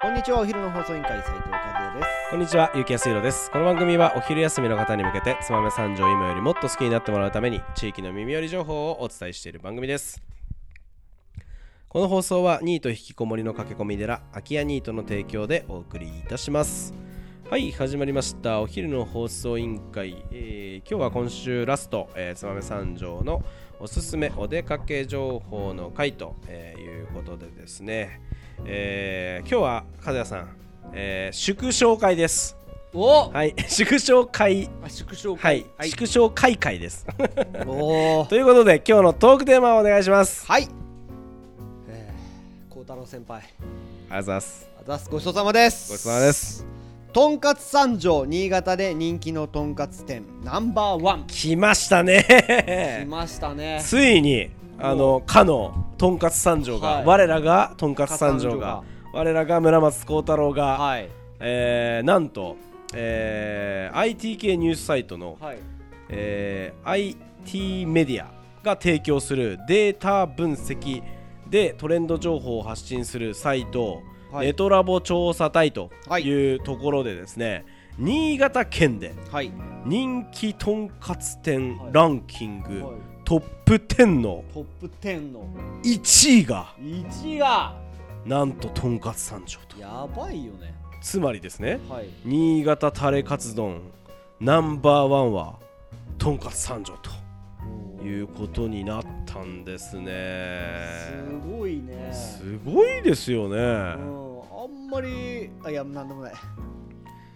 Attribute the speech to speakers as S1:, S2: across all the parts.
S1: こんにちはお昼の放送委員会斉藤和也です
S2: こんにちは、ゆきやすいろです。この番組はお昼休みの方に向けて、つまめ三条を今よりもっと好きになってもらうために、地域の耳寄り情報をお伝えしている番組です。この放送は、ニート引きこもりの駆け込み寺、空き家ニートの提供でお送りいたします。はい、始まりました。お昼の放送委員会。えー今日は今週ラスト、えー、つまめ三条のおすすめお出かけ情報の回と、えーいうことでですね、えー今日は、和也さん、えー祝勝会です。
S3: お
S2: はい、 縮小会、
S3: あ縮小
S2: はい、
S3: はい
S2: 縮小会会です。
S3: おお
S2: ということで、今日のトークテーマをお願いします。
S1: はい
S3: えー、孝太郎先輩
S2: あざっす。
S1: あざっすごちそうさまです
S2: ごちそうさまです
S1: とんかつ三条新潟で人気のとんかつ店ナンバーワン
S2: 来ました
S3: 来
S2: ね。
S3: ましたね
S2: ついに、あの、かのとんかつ三条が、
S3: はい
S2: 我らがとんかつ三
S3: と
S2: 条が
S3: んかつ、
S2: 我らが村松幸太郎が、
S3: はい
S2: えーなんと、えー IT 系ニュースサイトの、
S3: はい
S2: えー IT メディアが提供するデータ分析でトレンド情報を発信するサイト、
S1: はい
S2: ネトラボ調査隊と
S1: はい
S2: いうところでですね、新潟県で
S1: はい
S2: 人気とんかつ店
S3: はい
S2: ランキング、
S3: はい
S2: トップ10の
S3: トップ10の
S2: 1位が
S3: 1位が
S2: なんととんかつ三条と
S3: やばいよね
S2: つまりですね
S3: はい
S2: 新潟タレカツ丼ナンバーワンはとんかつ三条ということになったんです
S3: す
S2: ね
S3: ごいね
S2: すごいですよ
S3: う
S2: ね
S3: んあん
S1: あんまりあいやなんでもない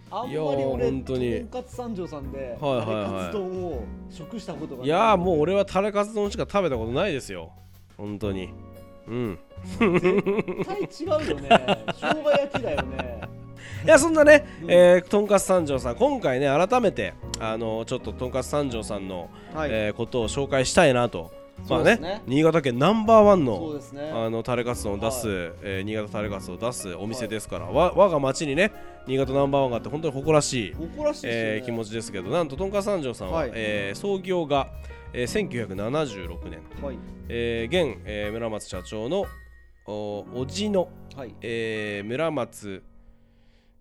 S3: あんま
S2: い
S3: り
S2: やー
S3: 俺
S2: 本当に
S3: とんかつ三条さんで
S2: はいはいは
S3: あ
S2: い
S3: れカツ丼を食したことが
S2: いやーもう俺はタレカツ丼しか食べたことないですよ本当にうん
S3: う絶対違うよ ね生姜焼きだよね
S2: いやそんなね、
S3: うん
S2: えーとんかつ三条さん今回ね改めてあのちょっととんかつ三条さんの、
S1: はい、
S2: えーことを紹介したいなとまあ
S3: そうで
S2: ね
S3: すね
S2: 新潟県ナンバーワン
S3: そう
S2: の
S3: ですね
S2: あのタレカツ丼を出す、
S3: は
S2: えー新潟タレカツを出すお店ですから、わ我が町にね新潟ナンバーワンがあって本当に誇らしい
S3: 怒らしいし、ね
S2: えー気持ちですけどなんととんかつ三条さんは、
S1: はい
S2: えー創業が、えー1976年、
S3: はい
S2: えー現、えー村松社長のおおじの、
S3: はい
S2: えー村松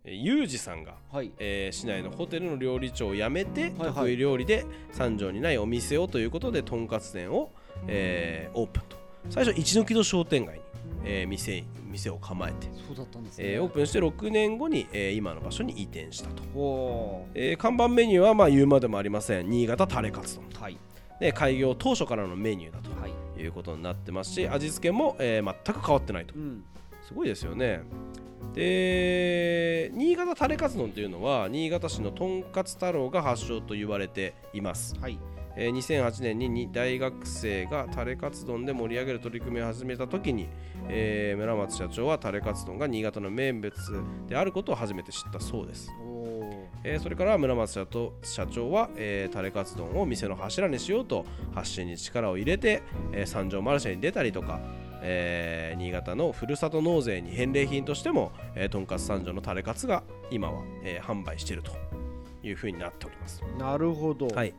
S2: えー裕二さんが、
S3: はい
S2: えー市内のホテルの料理長を辞めて、
S3: はいはい
S2: 得意料理で三条にないお店をということでとんかつ店を、えーオープンと最初一ノ木戸商店街に、えー店店を構えて、
S3: そうだったんですね、
S2: えーオープンして6年後に、えー今の場所に移転したと。
S3: ほ
S2: えー看板メニューはまあ言うまでもありません新潟タレカツ丼
S3: うはい
S2: で開業当初からのメニューだと
S3: はい
S2: いうことになってますし味付けも、えー全く変わってないと
S3: うん
S2: すごいですよねで新潟タレカツ丼というのは新潟市のとんかつ太郎が発祥と言われています、
S1: はい
S2: えー2008年にに大学生がタレカツ丼で盛り上げる取り組みを始めた時に、えー村松社長はタレカツ丼が新潟の名物であることを初めて知ったそうです
S3: おお
S2: えーそれから村松社長社長は、えータレカツ丼を店の柱にしようと発信に力を入れて、えー三条マルシェに出たりとか、えー新潟のふるさと納税に返礼品としても、えーとんかつ三条のタレカツが今は、えー販売しているというふうになっております。
S1: なるほど、
S2: はい、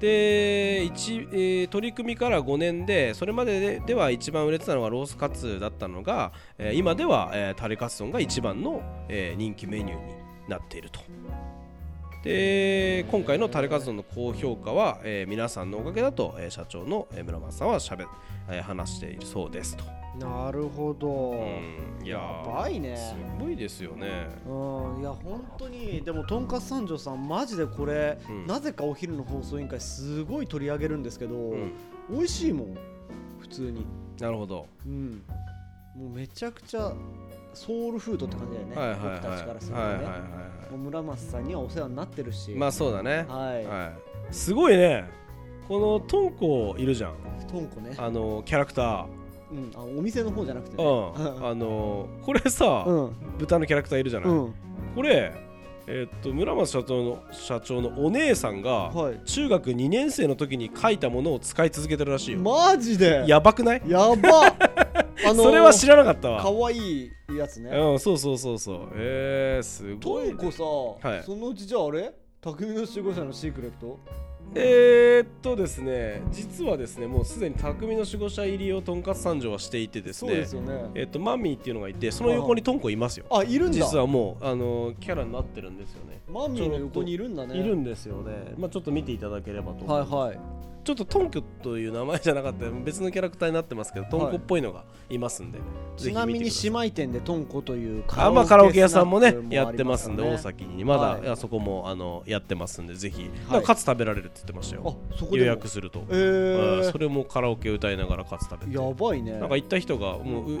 S2: で一、えー取り組みから5年でそれまでででは一番売れてたのはロースカツだったのが、えー今では、えータレカツ丼が一番の、えー人気メニューになっていると。で今回のタレカツ丼の高評価は、えー皆さんのおかげだと、えー社長のえー村松さんはしゃべ、えー話しているそうですと。
S1: なるほど、
S2: うんいやー
S3: やばいね
S2: すごいですよね。
S1: うんいや本当にでもとんかつ三条さんマジでこれ、
S2: うん
S1: なぜかお昼の放送委員会すごい取り上げるんですけど、
S2: うん、
S1: 美味しいもん普通に
S2: なるほど。
S1: うんもうめちゃくちゃソウルフードって感じだよね、
S2: はいはいはい
S1: 僕たちからするとね、
S2: はいはいは
S1: もう村松さんにはお世話になってるし、
S2: い。まあそうだね。
S1: はい、
S2: はい、すごいねこのトンコいるじゃん
S1: とんこね
S2: あのキャラクタ
S1: うん、あお店の方じゃなくて
S2: ー、う
S1: ね
S2: ん、あのこれさ、
S1: うん
S2: 豚のキャラクターいるじゃない、
S1: うん
S2: これえっと村松社長の社長のお姉さんが、
S1: はい
S2: 中学2年生の時に書いたものを使い続けてるらしいよ、
S1: マジで
S2: やばくない、
S1: や ばあ
S2: それは知
S1: ら
S2: らなかったわ
S1: かわいいやつね
S2: うんそうそうそうそうえー、す
S3: と
S2: ご
S3: ん
S2: いね
S3: こさ、
S2: はい
S3: そのうちじゃああれ匠の守護者のシークレット
S2: えー、っとですね実はですねもうすでに匠の守護者入りをとんかつ三条はしていてです
S3: そう
S2: ね
S3: ですよね。
S2: えっとマミーっていうのがいてその横にトンコいますよ
S1: あいるんだ
S2: 実はもうあのキャラになってるんですよね
S1: マミーの横にいるんだね
S2: いるんですよね、まあ、ちょっと見ていただければと、
S1: はいはい
S2: ちょっとトンキョという名前じゃなかった別のキャラクターになってますけどトンコっぽいのがいますんで、ぜ
S1: ち
S2: ひ
S1: なみ
S2: 見てく
S1: に
S2: ださ
S1: 姉
S2: い
S1: 妹店でトンコという
S2: あまあカラオケ屋さんもね
S1: スナック
S2: やってますんで
S1: あり
S2: 大
S1: すからね
S2: 崎にまだ、
S1: はい
S2: あそこもあのやってますんでぜひ、
S1: い
S2: なんかカツ食べられるって言ってましたよ
S1: あそこでも
S2: 予約すると、
S1: え
S2: うん
S1: ー
S2: それもカラオケ歌いながらカツ食べて
S1: やばいね
S2: なんか行った人がもうう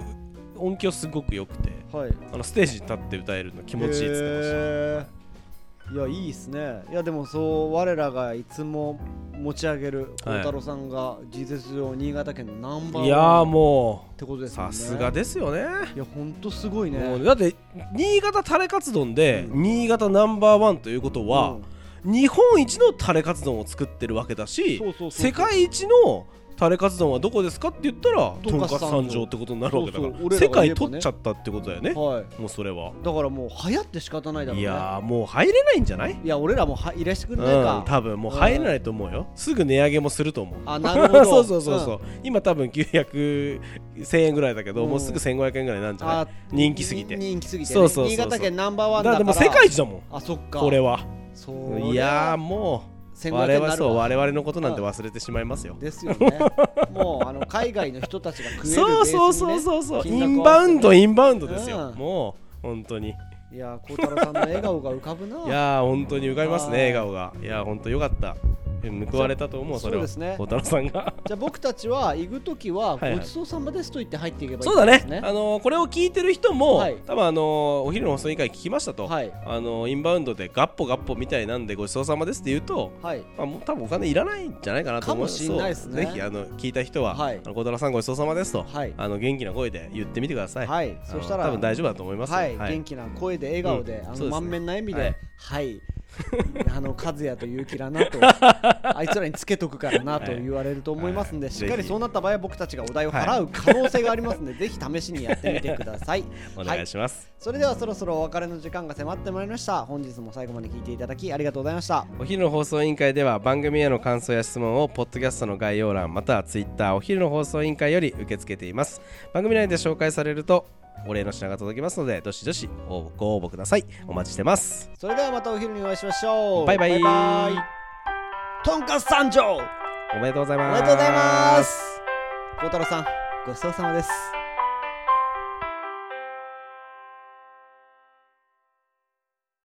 S2: 音響すごく良くて
S1: はい
S2: あのステージに立って歌えるの気持ちいいっつってました、
S1: へーいやいいっすねいやでもそう我らがいつも持ち上げる孝太郎さんが事実上新潟県のナンバ
S2: い
S1: ー
S2: や
S1: ワ
S2: ー
S1: ンっ
S2: も
S1: てこと
S2: う
S1: ですよね
S2: さすがですよね
S1: いやほんとすごいね
S2: もうだって新潟タレカツ丼で新潟ナンバーワンということは、日本一のタレカツ丼を作ってるわけだし
S1: そうそうそうそう
S2: 世界一のタレカツ丼はどこですかって言ったらと
S1: と
S2: ん
S1: ん
S2: か
S1: か
S2: つ
S1: つ
S2: 三条ってことになるわけだから
S1: そうそう俺ら
S2: 世
S1: が言
S2: 界
S1: えばね
S2: 取っちゃったってことだよね
S1: うんはい
S2: もうそれは、
S1: だからもう流行って仕方ないだろうね
S2: いやーもう入れないんじゃない
S1: いや俺らもはいらしてく
S2: うん
S1: れないか、
S2: 多分もう入れないと思うよ、すぐ値上げもすると思う
S1: あなるほ ど
S2: そうそうそうそう、今多分900 1000円ぐらいだけど、
S1: うん
S2: もうすぐ1500円ぐらいなんじゃない
S1: あ
S2: 人気すぎて
S1: 人気すぎてね、
S2: そうそうそうそう
S1: 新潟県ナンバーワ
S2: だ
S1: ンだ
S2: から
S1: か
S2: で
S1: ら
S2: も世界一だもん
S1: あそっか
S2: これは
S1: そう
S2: いやーもう
S1: 1500
S2: 我
S1: 円に
S2: 々
S1: なる
S2: そう
S1: わ
S2: 我々のことなんて忘れてしまいますよ
S1: ですよ ねもうあの海外の人たちが食えるベ
S2: そ
S1: ー
S2: う
S1: スに、ね、
S2: そうそうそうそうイ
S1: 金額を
S2: ンバウンドインバウンドですよ、
S1: うん
S2: もう本当にい
S1: いやー、孝太郎さんの笑顔が浮かぶな。
S2: やー本当に浮かびますね
S1: は
S2: 笑
S1: い
S2: 顔がいやー本当よかったうん報われたと思う
S1: そ
S2: それは
S1: そうですね
S2: 小太郎さんが
S1: じゃあ僕たちは行くときは、
S2: はいはい
S1: ごちそうさまですと言って入っていけばいい
S2: そうだね
S1: ですね。
S2: あのーこれを聞いてる人も、
S1: はい
S2: 多分あのーお昼の放送委員会聞きましたと、
S1: はい
S2: あのーインバウンドでガッポガッポみたいなんでごちそうさまですって言うと
S1: はい。
S2: まあ、もう多分お金いらないんじゃないかなと思う
S1: かもしんないですね
S2: そうぜひあの聞いた人は、
S1: はい
S2: あの小太郎さんごちそうさまですと、
S1: はい
S2: あの元気な声で言ってみてください、
S1: はい。そしたら、
S2: あの多分大丈夫だと思いますよ
S1: はい、元気な声で、笑顔で、
S2: うん
S1: あ
S2: そうです
S1: の
S2: ね
S1: 満面な笑みで、
S2: は
S1: はいい。 あの和也と結城らなとあいつらにつけとくからなと
S2: はい
S1: 言われると思いますんで、
S2: はい
S1: しっか
S2: ぜ
S1: り
S2: ひ
S1: そうなった場合は僕たちがお題を払う可能性がありますんで、ぜひ試しにやってみてください
S2: お
S1: は
S2: 願
S1: い
S2: いします、
S1: それではそろそろお別れの時間が迫ってまいりました本日も最後まで聞いていただきありがとうございました
S2: お昼の放送委員会では番組への感想や質問をポッドキャストの概要欄またはツイッターお昼の放送委員会より受け付けています番組内で紹介されるとお礼の品が届きますのでどしどし応募ご応募くださいお待ちしてます
S1: それではまたお昼にお会いしましょう
S2: バイバイ
S1: とんかつ三条お
S2: おめでとうございます
S1: めでとうございます孝太郎さんごちそうさまです